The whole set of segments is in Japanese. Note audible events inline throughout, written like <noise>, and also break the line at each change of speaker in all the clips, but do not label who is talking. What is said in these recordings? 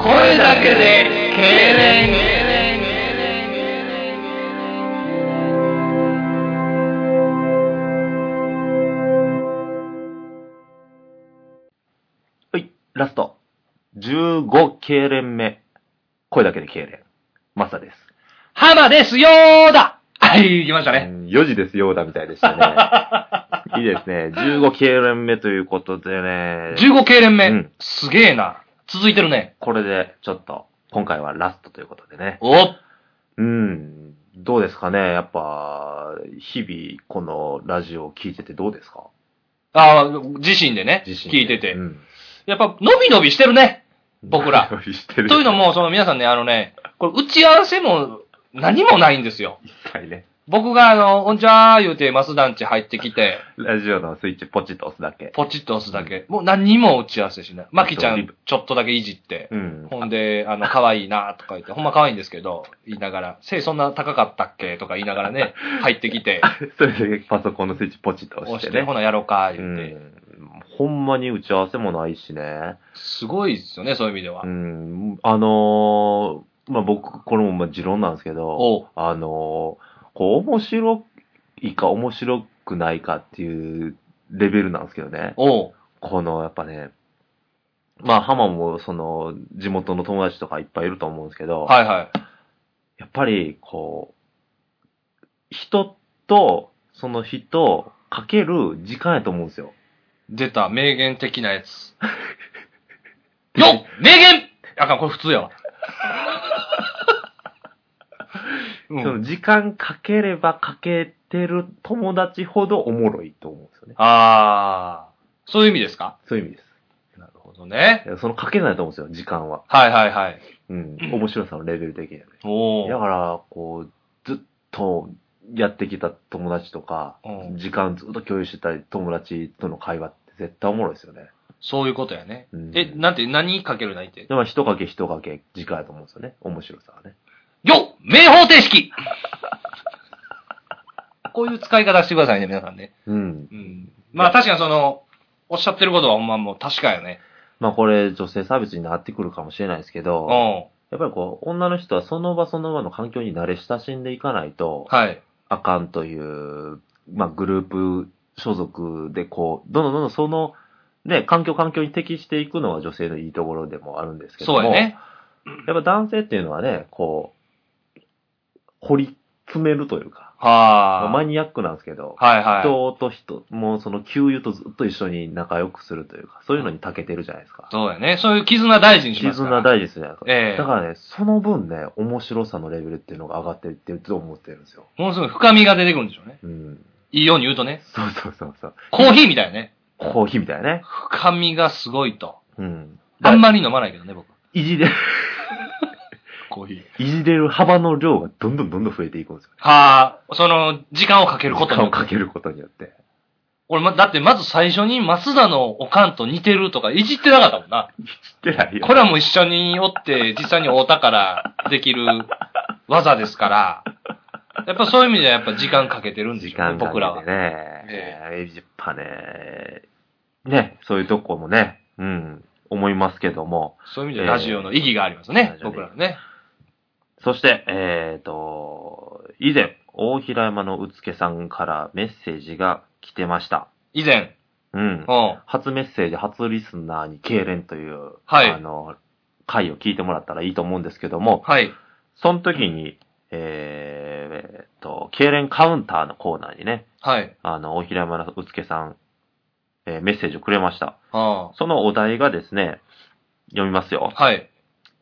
くで痙攣
はい、ラスト。15痙攣目。声だけで痙攣。マサです。
浜ですよーだはい、来ましたね。
うん4時ですよ、だみたいでし
<laughs>
たね。いいですね。15痙攣目ということでね。
15系連目。
うん
すげえな。続いてるね。
これで、ちょっと、今回はラストということでね。
お
うん。どうですかねやっぱ、日々、このラジオを聞いててどうですか
あー自身でね、
自身。
聞いてて。
うん。
やっぱ、伸び伸びしてるね。僕ら。
伸び伸びしてる
というの、も、その皆さんね、あのね、これ、打ち合わせも何もないんですよ。
一回ね、
僕が、あの、おんちゃー言うて、マス団地入ってきて、
ラジオのスイッチポチッと押すだけ。
ポチッと押すだけ。もう何にも打ち合わせしない。マキちゃ
リ
ん
ブ、
ちょっとだけいじって。
うん。
ほんで、あの、可愛いなとか
<laughs>
言って、ほんま可愛いんですけど、言いながら、背そんな高かったっけとか言いながら
<laughs>
ね、入ってきて、
それだけパソコンのスイッチポチッと
押
押し
してて、
ね
ほ。なやろうか、
う
言って。
ん。ほんまに打ち合わせもないしね。
すごいですよね、そういう意味では
う。ん。あのーまあ、僕、これもまあ持論なんですけど、
おう
あのーこう、面白いか面白くないかっていうレベルなんですけどね。
おう
この、やっぱね、まあ、浜も、その、地元の友達とかいっぱいいると思うんですけど、
はいはい。
やっぱり、こう、人と、その人、かける時間やと思うんですよ。
出た、名言的なや
<laughs>
つ。よっ名言あかん、これ普通
<laughs>
やわ。う
そ
ん、
の時間かければかけてる友達ほどおもろいと思うんですよね。
ああ、そういう意味ですか
そういう意味です。
なるほどね。
いやそのかけないと思うんですよ、時間は。
はいはいはい。
うん。面白さのレベル的にはね。
お
だ
お。
から、こう、ずっとやってきた友達とか
うん、
時間ずっと共有してた友達との会話って絶対おもろいですよね。
そういうことやね。
うん
え、なんて、何かけるないって。
でも、人かけ人かけ時間やと思うんですよね。面白さはね。
よっ名方程式 <laughs> こういう使い方してくださいね、皆さんね。
うん。
うん。まあ確かにその、おっしゃってることはほんまもう確かよね。
まあ、これ、女性差別になってくるかもしれないですけ
う
ど、
ん。
やっぱりこう、女の人はその場その場の環境に慣れ親しんでいかないと、
はい。
あかんという、まあ、グループ所属で、こう、どんどんどんどんその、ね、環境環境に適していくのは女性のいいところでもあるんですけども。
そうやね。
やっぱ男性っていうのはね、こう、掘り詰めるというか、
はあ。
マニアックなんですけど、
はいはい。
人と人、もうその給油とずっと一緒に仲良くするというか、そういうのに長けてるじゃないですか。
そうやね。そういう絆大事にしますから。
絆大事ですね。
ええ
だからね、その分ね、面白さのレベルっていうのが上がっていってると思ってるんですよ。
ものすごい深みが出てくるんでしょうね。
うん。
いいように言うとね。
そうそうそうそう。
コーヒーみたいなね。
コーヒーみたいなね。
深みがすごいと。
うん。
あんまり飲まないけどね、僕。
いじれ、 <laughs>
コーヒー。
いじれる幅の量がどんどんどんどん増えていくんですよ。
はあ、その、時間をかけることに
時間
よ
を
って
かけることによって。
俺、ま、だってまず最初に増田のおかんと似てるとかいじってなかったもんな。
知ってないよ。
これはもう一緒におって、実際に会うたからできる技ですから、やっぱそういう意味ではやっぱ時間かけてるんです
時
よね、
間かけ
僕ら
て
は。
ね。
え
ええやっぱね、ね、そういうとこもね、うん、思いますけども。
そういう意味ではラジオの意義がありますね、
ええ
僕らのね。
そして、えっ、と、以前、大平山のうつけさんからメッセージが来てました。
以前、
うん。
うん。
初メッセージ、初リスナーに痙攣という、
はい
あの、回を聞いてもらったらいいと思うんですけども、
はい。
その時に、えー、と、痙攣カウンターのコーナーにね、
はい。
あの、大平山のうつけさん、えーメッセージをくれました。
うん。
そのお題がですね、読みますよ。
はい。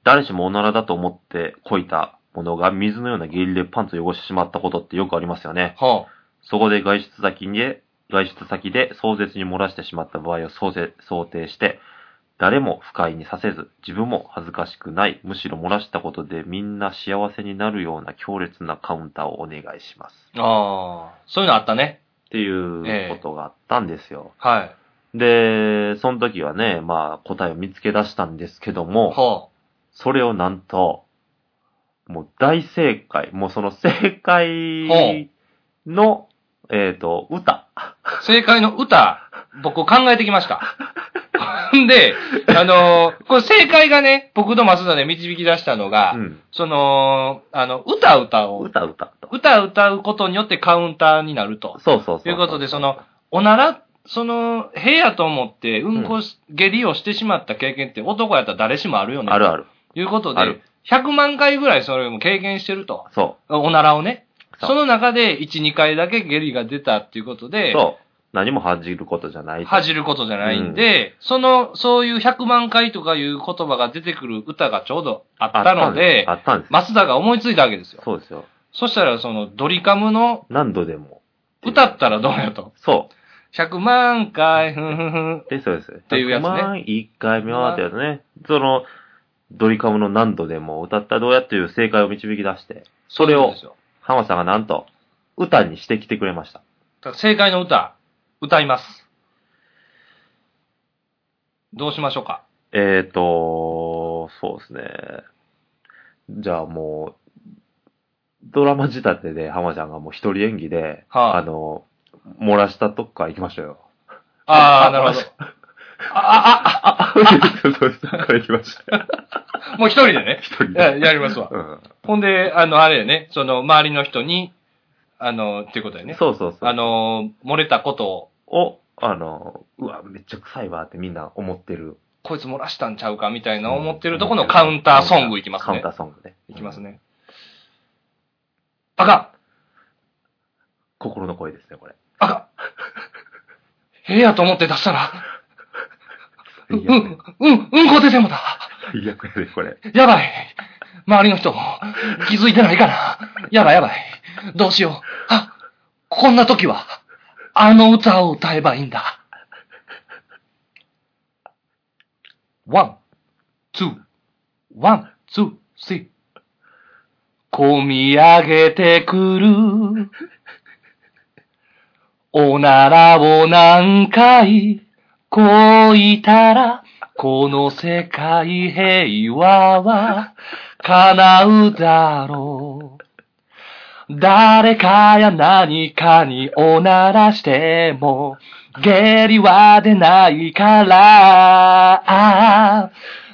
誰しもおならだと思ってこいたものが水のような下痢でパンツを汚してしまったことってよくありますよね。
は
そこで外出先で、外出先で壮絶に漏らしてしまった場合を想定想定して、誰も不快にさせず、自分も恥ずかしくない、むしろ漏らしたことでみんな幸せになるような強烈なカウンターをお願いします。
あ。ああ。そういうのあったね。
っていうことがあったんですよ。
はい。
で、その時はね、まあ答えを見つけ出したんですけども、
は
それをなんと、もう大正解、もうその正解の、えっ、と、歌。
あ。正解の歌、僕考えてきました。んで、あのーこれ正解がね、僕と松田で導き出したのが、
うん。
その、あの、歌歌を、
歌歌と。
歌歌うことによってカウンターになると。
そうそうそう。
ということで、その、おなら、その、部屋と思って、うんこし、下痢をしてしまった経験って男やったら誰しもあるよね。
あるある。
ということで
ある、
100万回ぐらいそれも経験してると。
そ
おならをね。
う。
そ
そう。
の中で、1、2回だけ下痢が出たっていうことで、
そう何も恥じることじゃないと。
恥じることじゃないんで、その、そういう100万回とかいう言葉が出てくる歌がちょうどあったので、
あったんです。あっ
松田が思いついたわけです
たんで
よ
す。そうですよ。
そしたら、その、ドリカムの
何度でも。
歌ったらどうやと。
そ
100万回、ふんふんふん。
う。です、そうです。って
いうやつね
1回目はってやつね。その、ドリカムの何度でも歌ったらどうやっていう正解を導き出して、それ
うなん
を
です、よ
浜さんがなんと、歌にしてきてくれました。
だから正解の歌、歌います。どうしましょうか
えーと、そうですね。じゃあもう、ドラマ仕立てで浜ちゃんがもう一人演技で、
はい
あの、漏らしたとこから行きましょうよ。
<laughs> ああ、なるほど。あ、あ、
あ、そうそう、そこから行きま
<laughs>
した。
あ、もう一人でね。
一人
や
で。
やりますわ。
うん
ほんで、あの、あれやね、その、周りの人に、あの、っていうことだよね。
そうそうそう。
あの、漏れたことを、
を、あの、うわ、めっちゃ臭いわってみんな思ってる。
こいつ漏らしたんちゃうかみたいな思ってるとこのカウンターソングいきます
カウン
ね
タ。ーソングね。
いきます。ね。赤
心の声ですね、これ。 <laughs>
赤部屋と思って出したら、う
最悪
<laughs> ん、うん、うんこ出てもだ
最悪やで、これ。
やばい周りの人、気づいてないかなやばいやばい。どうしよう。あ、こんな時は、あの歌を歌えばいいんだ。ワン、ツー、ワン、ツー、スリー。込み上げてくる。おならを何回、こいたら、この世界平和は叶うだろう。誰かや何かにおならしても、下痢は出ないから、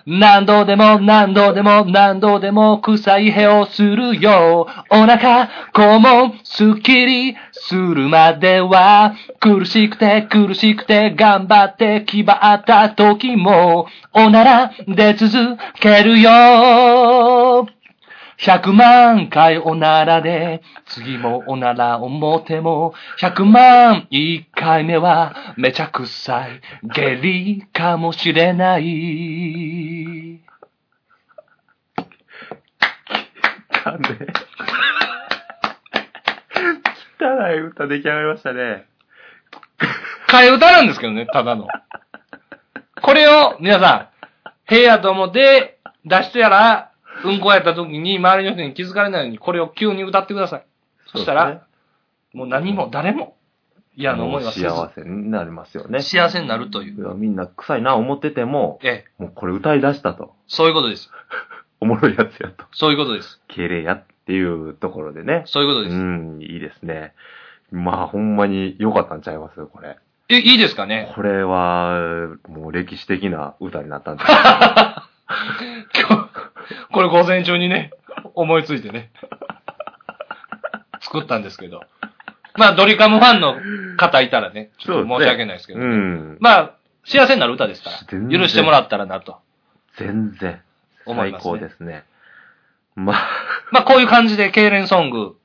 何度でも何度でも何度でも臭い屁をするよ。お腹、肛門、すっきりするまでは、苦しくて苦しくて頑張って気張った時も、おなら出続けるよ。100万回おならで、次もおならを持ても、100万1回目はめちゃくさい、下痢かもしれない。
かんで。汚い歌出来上がりましたね。
替え歌なんですけどね、ただの。これを、皆さん、部屋と思って出してやら、うんこやった時に周りの人に気づかれないように、これを急に歌ってください。そしたら、もう何も誰も
い
嫌な思いはせず、
幸せになりますよね。
幸せになるという。
いやみんな臭いな思ってても、
ええ、
もうこれ歌い出したと。
そういうことです。
おもろいやつやと。
そういうことです。
敬礼やっていうところでね。
そういうこと
う
です。
ん、いいですね。まあ、ほんまに良かったんちゃいますこれ。
え、いいですかね
これは、もう歴史的な歌にな
<laughs>
ったんですけど
今日、これ午前中にね、思いついてね、作ったんですけど。まあ、ドリカムファンの方いたらね、ちょっと申し訳ないですけど。
うん。
まあ、幸せになる歌ですか
全
ら、
然
許してもらったらなと。
全然。
思い
最
ますね
高ですね。まあ、
まあ、こういう感じで、痙攣ソング、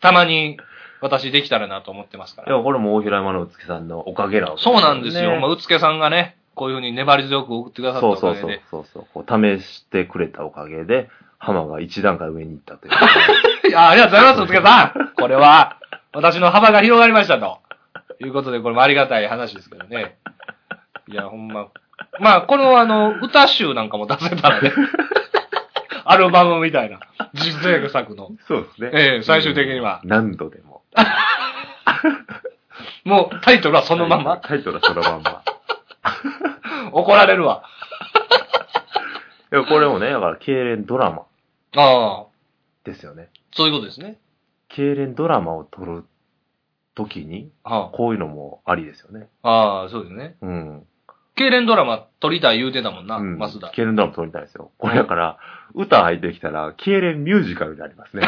たまに私できたらなと思ってますか
い
ら。
や、これも大平山のうつきさんのおかげなわけ
そうなんですよ。
ね
まあ、うつけさんがね、こういうふうに粘り強く送ってくださった
そ
お
うそ
か
う
げで。
そうそうそうこう。試してくれたおかげで、浜が一段階上に行ったという。
い <laughs> や、ありがとうございます、おつけさん。これは、私の幅が広がりましたと。いうことで、これもありがたい話ですけどね。いや、ほんま。まあ、この、あの、歌集なんかも出せた <laughs> らね。アルバムみたいな。実演作の。
<laughs> そうですね
ええ最終的には
何度でも。
もう、タイトルはそのまま。
タイトルはそのまんま。 <laughs>
怒られるわ。
いや、これもね、だから、痙攣ドラマ
ああ、
ですよね。
そういうことですね。
痙攣ドラマを撮るときに、
は
こういうのもありですよね。
あ、ああ、そうですね。
うん。
けれんドラマ撮りたい言うてたもんな、
うん。
マスダ。
ケーレンドラマ撮りたいですよ。これだから、歌入ってきたら、ケーレンミュージカルになりま
<laughs>
すね。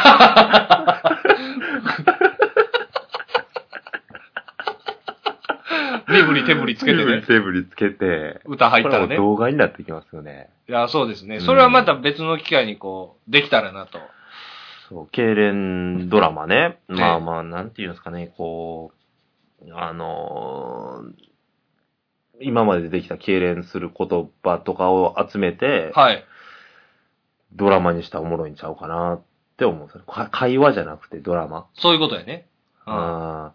身振り手振りつ
<laughs>
けてね。
テーブルつけて。
歌入ったら
こ
ね
れ。も動画になってきますよね。
いや、そうです
う
ね。
ん
それはまた別の機会にこう、できたらなと。
そう、痙攣ドラマね。
ね
まあまあ、なんていうんですかね、こう、あのー今まで出てきた痙攣する言葉とかを集めて、
はい。
ドラマにしたらおもろいんちゃうかなって思うんですよね。か会話じゃなくてドラマ。
そういうことやね。うんあ
あ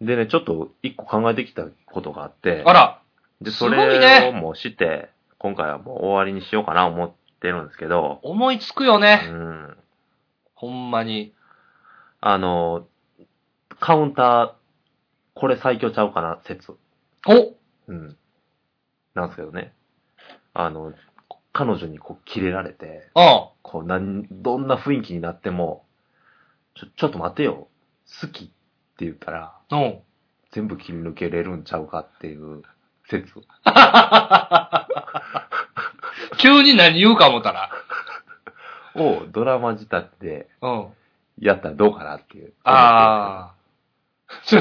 ーでね、ちょっと一個考えてきたことがあって、
ら、
で、
す
そ
ごいね
れをもうして、今回はもう終わりにしようかな思ってるんですけど、
思いつくよ
う
ね。
ん、
ほんまに。
あの、カウンター、これ最強ちゃうかな、説。
お
うん。なんですけどね。あの、彼女にこう、キレられて、
あ
こう、なん、どんな雰囲気になっても、ちょ、ちょっと待てよ。好きって言ったら、
あ。うん。
全部切り抜けれるんちゃうかっていう説。
急に何言うか思ったら。
をドラマ仕立てで
うん。
やったらどうかなっていう。
ああ。 <laughs> そ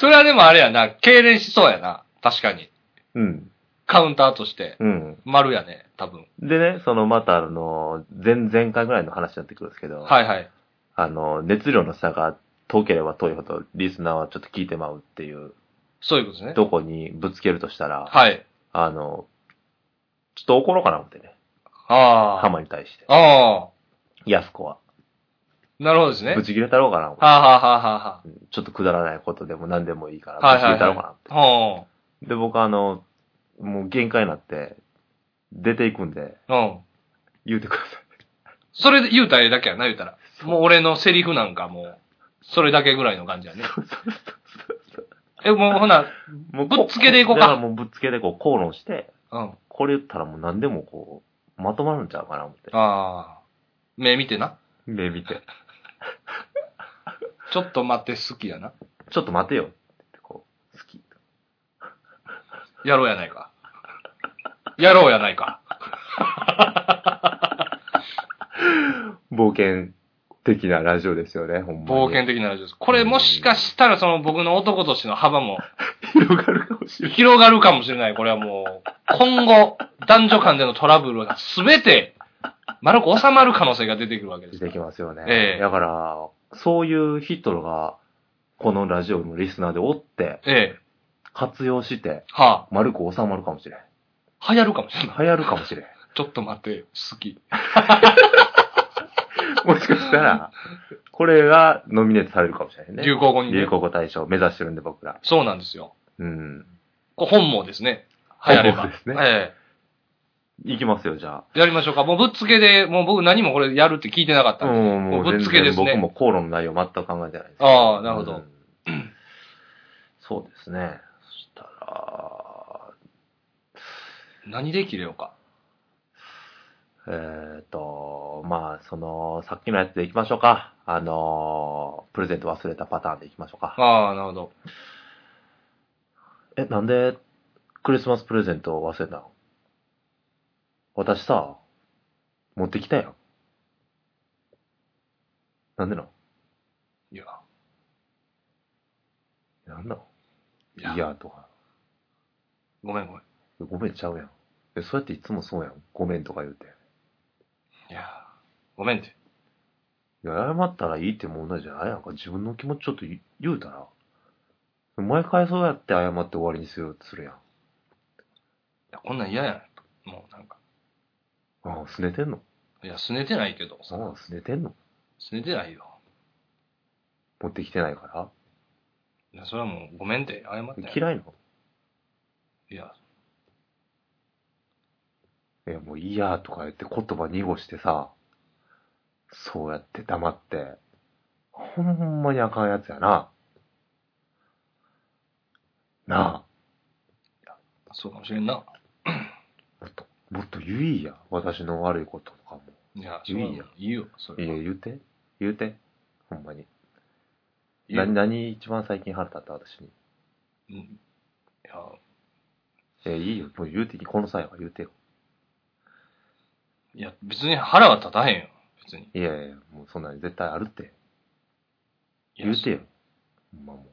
それはでもあれやな、痙攣しそうやな。確かに。
うん。
カウンターとして。
うん。
丸やね、多分。
でね、そのまたあの、前々回ぐらいの話になってくるんですけど、
はいはい。
あの、熱量の差が遠ければ遠いほど、リスナーはちょっと聞いてまうっていう、
そういうことですね。
とこにぶつけるとしたら、
はい。
あの、ちょっと怒ろうかな思ってね。
ああ。
浜に対して。
ああ。
安子は。
なるほどですね。
ぶち切れたろうかな思って
はあ、はあはあはあ、は
うんちょっとくだらないことでも何でもいいから、
はいは
ぶち
いはい
切れたろうかなって。
あ。は
で、僕あの、もう限界になって、出ていくんで、
あ。うん。
言うてください。
それで言うたらええだけやな、言うたら。もう俺のセリフなんかもう、それだけぐらいの感じやね。え、もうほな、 <laughs>
もう
ぶっつけでいこうか
だらもうぶっつけでこう、口論して、
うん。あ
これ言ったらもう何でもこう、まとまるんちゃうかな思って。
あ。目見てな。
目見て。
ちょっと待って、好きやな。
ちょっと待てよ。ってこう、好き。
やろうやないか。やろうやない <laughs> か。
冒険的なラジオですよね、ほんまに。
冒険的なラジオです。これもしかしたらその僕の男としての幅も
広がるかもしれない。
広がるかもしれない。これはもう、今後、男女間でのトラブルが全て、丸く収まる可能性が出てくるわけですか
で
ら。
きますよね。
ええ
だから、そういう人が、このラジオのリスナーでおって、
ええ。
活用して、
は
丸く収まるかもしれん。
あ。流行るかもしれない。
流行るかも
<laughs>
しれん。
ちょっと待って、好き。
もしかしたら、これがノミネートされるかもしれない
流
ね。
行語にね
流。行語大賞目指してるんで僕ら。
そうなんですよ。
うん。
これ本望ですね。流行れば。
本望ですね
え
いきますよ、じゃあ。
え。やりましょうか。もうぶっつけで、もう僕何もこれやるって聞いてなかったんで。
うん、
も
も
う
う
ぶっ
全
つけで
然
すね
僕も口論の内容全く考えてないです。
ああなるほど
うんそうですね。そしたら、
何で切れようか。
えっ、と、まあ、その、さっきのやつでいきましょうか。あのー、プレゼント忘れたパターンでいきましょうか。
ああ、なるほど。
え、なんで、クリスマスプレゼントを忘れたの私さ、持ってきたやん。なんでなの
いや。
なんなの
いや
いや、とか。
ごめんごめん。
ごめんちゃうやん。え、そうやっていつもそうやん。ごめんとか言うて。
いや。ごめんって。
いや、謝ったらいいって問題じゃないやんか。自分の気持ちちょっと言言うたら。毎回そうやって謝って終わりにするするやん。
いや、こんなん嫌やん。もうなんか。
ああ、すねてんの
いや、すねてないけど。
ああ、すねてんの
すねてないよ。
持ってきてないか
いや、それはもうごめんって謝っ
ら
て。
嫌いなの
いや、
いや、もういいやとか言って言葉濁してさ、そうやって黙って、ほんまにあかんやつやな。な
そうかもしれんな。
あ、もっと、もっと言いや。私の悪いこととかも。
いや、
いいや
それはもういいよ、そ
い
れ
や、
は。
言うて。言うて。ほんまに。
いいよ
な、何一番最近腹立った私に。
うんや、
え、いいよ。もう言うていい、この際は言うてよ。
いや、別に腹は立たへんよ。別に。
いやいや、もうそんなん絶対あるって。
いや
言うてよ。まあも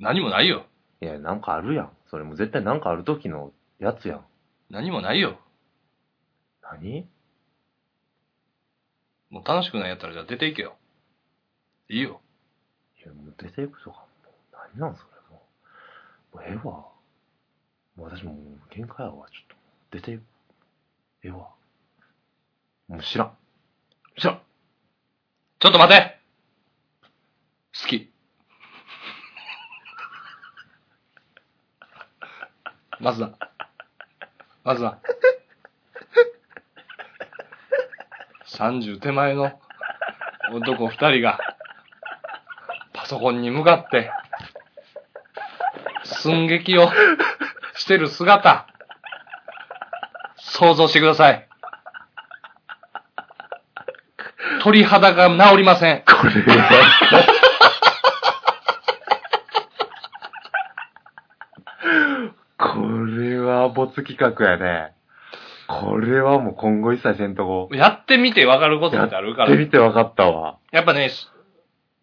何もないよ。
う。いや、なんかあるやん。それもう絶対なんかある時のやつやん。
何もないよ。
何
もう楽しくないやったらじゃあ出ていけよ。いいよ。
いや、もう出ていくとか、もう何なんそれもう。もうええわ。もう私ももう限界やわ。ちょっと、出ていく。ええわ。もう知らん。
ちょ、ちょっと待て好き。 <laughs> まずだ。まずだ。30手前の男2人がパソコンに向かって寸劇をしてる姿想像してください。鳥肌が治りません。
これは。これは没企画やね。これはもう今後一切せんとこ。
やってみて分かることってあるか
やって
ら。
みて分かったわ。
やっぱね、す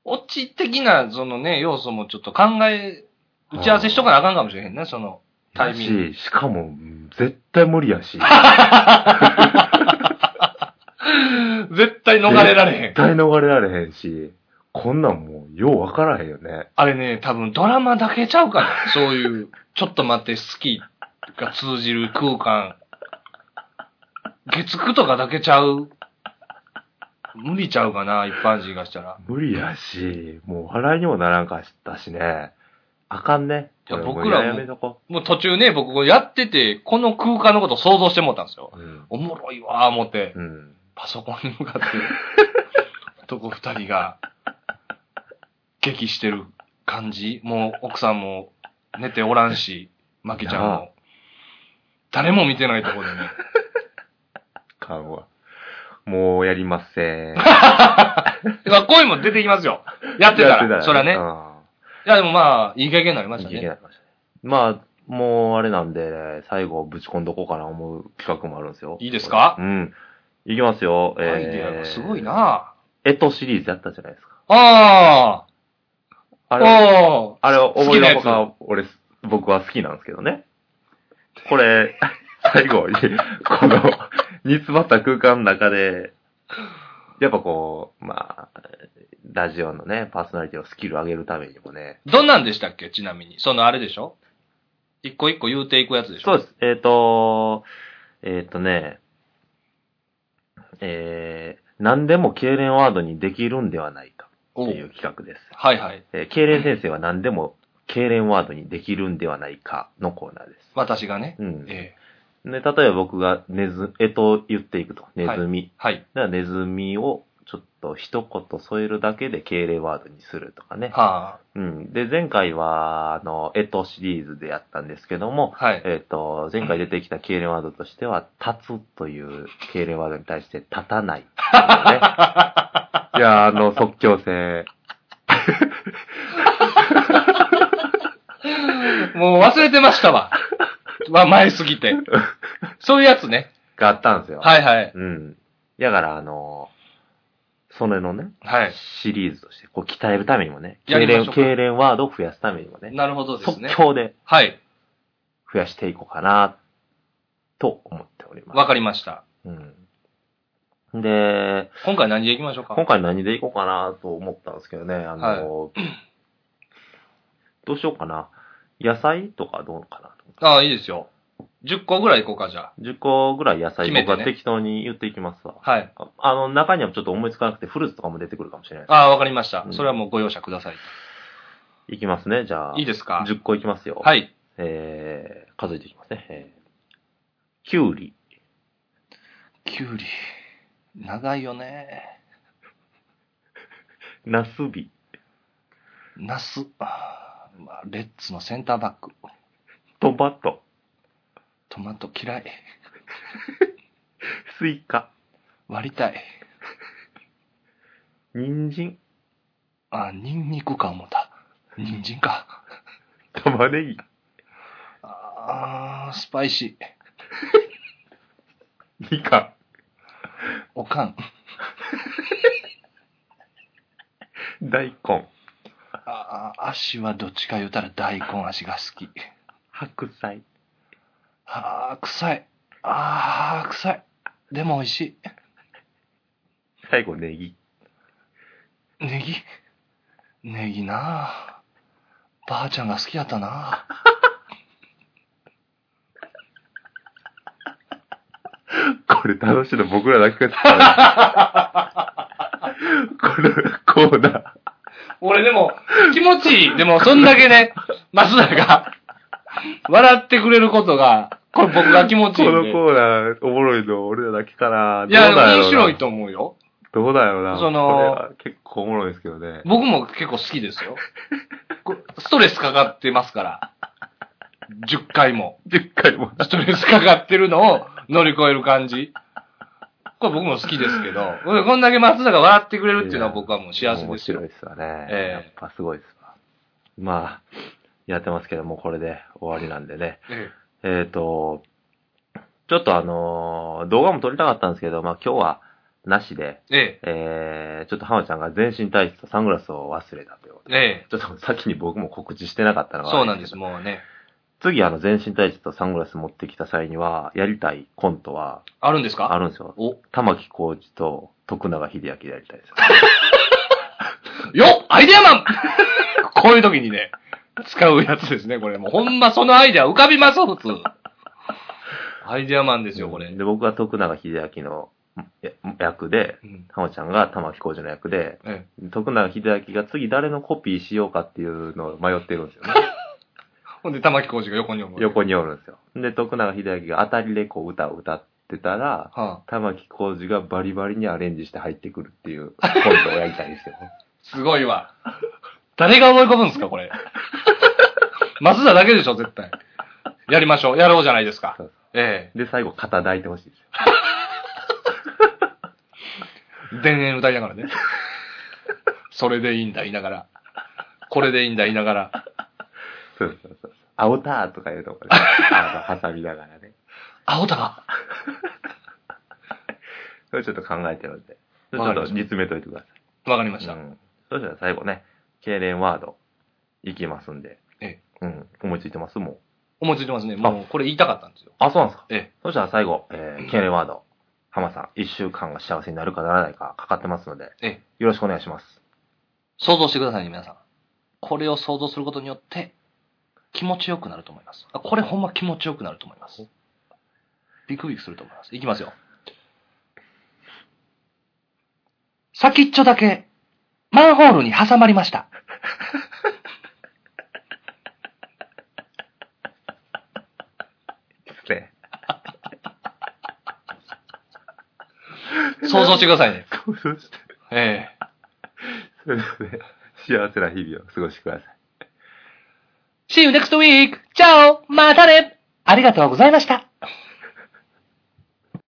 オチ的な、そのね、要素もちょっと考え、打ち合わせしとかなあかんかもしれへんね、その、タイミング。
やし、しかも、うん絶対無理やし。
絶対 <laughs> 逃れられへん
絶。対逃れられへんし、こんなんもう、よう分からへんよね。
あれね、多分ドラマだけちゃうかな。そういう、ちょっと待って、好きが通じる空間。月9とかだけちゃう。無理ちゃうかな、一般人がしたら。
無理やし、もう笑いにもならんかったしね。あかんね。
いや
これもう
僕らも
やめとこ
もう途中ね、僕こうやってて、この空間のことを想像してもうたんですよ。
う。うん。
おもろいわー思って、
うん。
パソコンに向かって、男二人が、激してる感じ。もう奥さんも寝ておらんし、マキちゃん
なあ
も。誰も見てないところでね。
かんわ。もうやりま
<laughs>
せん。
だから声も出てきますよ。やってたら。そらね。い
うん
やでもまあ、いい加減になりました
いい経験に
ね。
なりましたねまあ、もうあれなんで、最後ぶち込んどこうかな思う企画もあるんですよ。
いいですか
うん。いきますよ。
アイデアがすごい
えー。
な
えっとシリーズやったじゃないですか。
あ
あ
あ
れ、
おー
あれ、
好
思
き
い
な
出
やつ
が俺、僕は好きなんですけどね。これ、 <laughs> 最後、いこの、煮詰まった空間の中で、やっぱこう、まあ、ラジオのね、パーソナリティのスキル上げるためにもね、
どんなんでしたっけちなみに。そのあれでしょ一個一個言うていくやつでしょ
そうです。えっ、と、えっ、とね、えー、何でも痙攣ワードにできるんではないか
お
と
う
いう企画です。
はいはい。
えー、痙攣先生は何でも痙攣ワードにできるんではないかのコーナーです。
私がね。
うん。で、
ええ
例えば僕がネズ、えと言っていくと。ネズミ。
はい。
だからネズミをちょっと一言添えるだけで痙攣ワードにするとかね。
は
うん。で、前回は、あの、えとシリーズでやったんですけども、
あ。はい。
えっ、と、前回出てきた経連ワードとしては、立つという経連ワードに対して、立たないっていうね、いや、あの、即興性。
もう忘れてました
<laughs>
わ。わ、前すぎて。そういうやつね。
があったんですよ。
はいはい。
うん。だから、あの、それのね、
はい。
シリーズとして、こう、鍛えるためにもね、
や
経
りましょう
連、
か
経連ワードを増やすためにもね、
なるほどですね
即。興で
はい。
増やしていこうかな、と思っております。
わかりました。
うん。で、
今回何でいきましょうか
今回何でいこうかなと思ったんですけどね、あの、 <clears throat> どうしようかな。野菜とかどうかなと
ああ、いいですよ。10個ぐらいいこうか、じゃ
10個ぐらい野菜
決め
僕
てね
は適当に言っていきますわ。
あ。はい。
ああの、中にはちょっと思いつかなくてフルーツとかも出てくるかもしれないで
ああ、わかりました
う。ん
それはもうご容赦ください。
す。いきますね、じゃあ。
いいですか
?10 個いきますよ。
はい。
えー、数えていきますね。えー、きゅうり。
きゅうり。長いよね。
なすび。
ナス。あーまあレッツのセンターバック。
トマト。
トマト嫌い。
スイカ。
割りたい。
人参。
あ、ニンニクか思った。人参か。
玉ねぎ。
あー、スパイシー。
みかん。
おかん。
大根。
あー、足はどっちか言うたら大根足が好き。
白菜。
あー、臭い。あー、臭い。でも美味しい。
最後、ネギ。
ネギネギなあばあちゃんが好きやったなあ
これ楽しいの僕らだけが
<laughs>
伝わる。このコーナー。
俺でも、気持ちいい。でも、そんだけね、増田が、笑ってくれることが、これ僕が気持ちいい
こ
ん
の
で。
コーナー、おもろいの俺らだけかな。
いや、
どうなんろうな
面白い。と思うよ。
どうだろうな。
その
これは結構おもろいですけどね。
僕も結構好きですよ。こストレスかかってますから。10回も。
10回も。
ストレスかかってるのを乗り越える感じ。これ僕も好きですけど、こんだけ松坂が笑ってくれるっていうのは僕はもう幸せですよ
面白い。ですわね。
ええ
やっぱすごいですわ。まあ、やってますけども、これで終わりなんでね。
え
えっ、と、ちょっとあのー動画も撮りたかったんですけど、まあ今日はなしで、
え、え
えー、ちょっとハマちゃんが全身体質とサングラスを忘れたということ
え、ええ。
で。ちょっと先に僕も告知してなかったのが。
そうなんです、。もうね。
次、あの、全身体質とサングラス持ってきた際には、やりたいコントは
あるんです
あ
か
るんですよ。
お、よ
玉木浩二と徳永秀明でやりたいです。
っアイデアマンこういう時にね、使うやつですね、これ。もうほんまそのアイデア浮かびます、普通。アイデアマンですよ、これ。
で、僕は徳永秀明のや役で、
うん
ハモちゃんが玉木浩二の役で、
ええ
徳永秀明が次誰のコピーしようかっていうのを迷ってるんですよ
<laughs>
ね。
ほんで、玉木浩二が横に思う。
横におるんですよ。で、徳永秀明が当たりでこう歌を歌ってたら、
はあ、
玉木浩二がバリバリにアレンジして入ってくるっていうコントをやりたいんで
<laughs>
すよ。
すごいわ。誰が思い込むんですか、こ <laughs> れ。松田だけでしょ、絶対。やりましょう。やろうじゃないですか
そう。
え
で、最後、肩抱いてほしいですよ。
え。
<laughs>
田園歌いながらね。それでいいんだ、言いながら。これでいいんだ、言いながら。
そうそうそう。青ターとかいうとこで、あの挟みながらね。 <laughs>
青田が。
それちょっと考えてるんで。ちょ
わか
っ
りま
と
した
実めといてください。
わかりました。
うんそしたら最後ね、痙攣ワード、いきますんで。
え
うん。思いついてますもう。
思いついてますね。もう、これ言いたかったんですよ。
あ、そうなんですか。
ええ。
そしたら最後、えー、痙攣ワード、浜さん、一週間が幸せになるかならないかかかってますので、
ええ
よろしくお願いします。
想像してくださいね、皆さん。これを想像することによって、気持ちよくなると思います。あこれほんま気持ちよくなると思います。ビクビクすると思います。いきますよ。先っちょだけ、マンホールに挟まりました。
ですね。
想像してくださいね。
<laughs> そうして、
<laughs> ええ
それで幸せな日々を過ごしてください。
See you next week! チャオまたねありがとうございました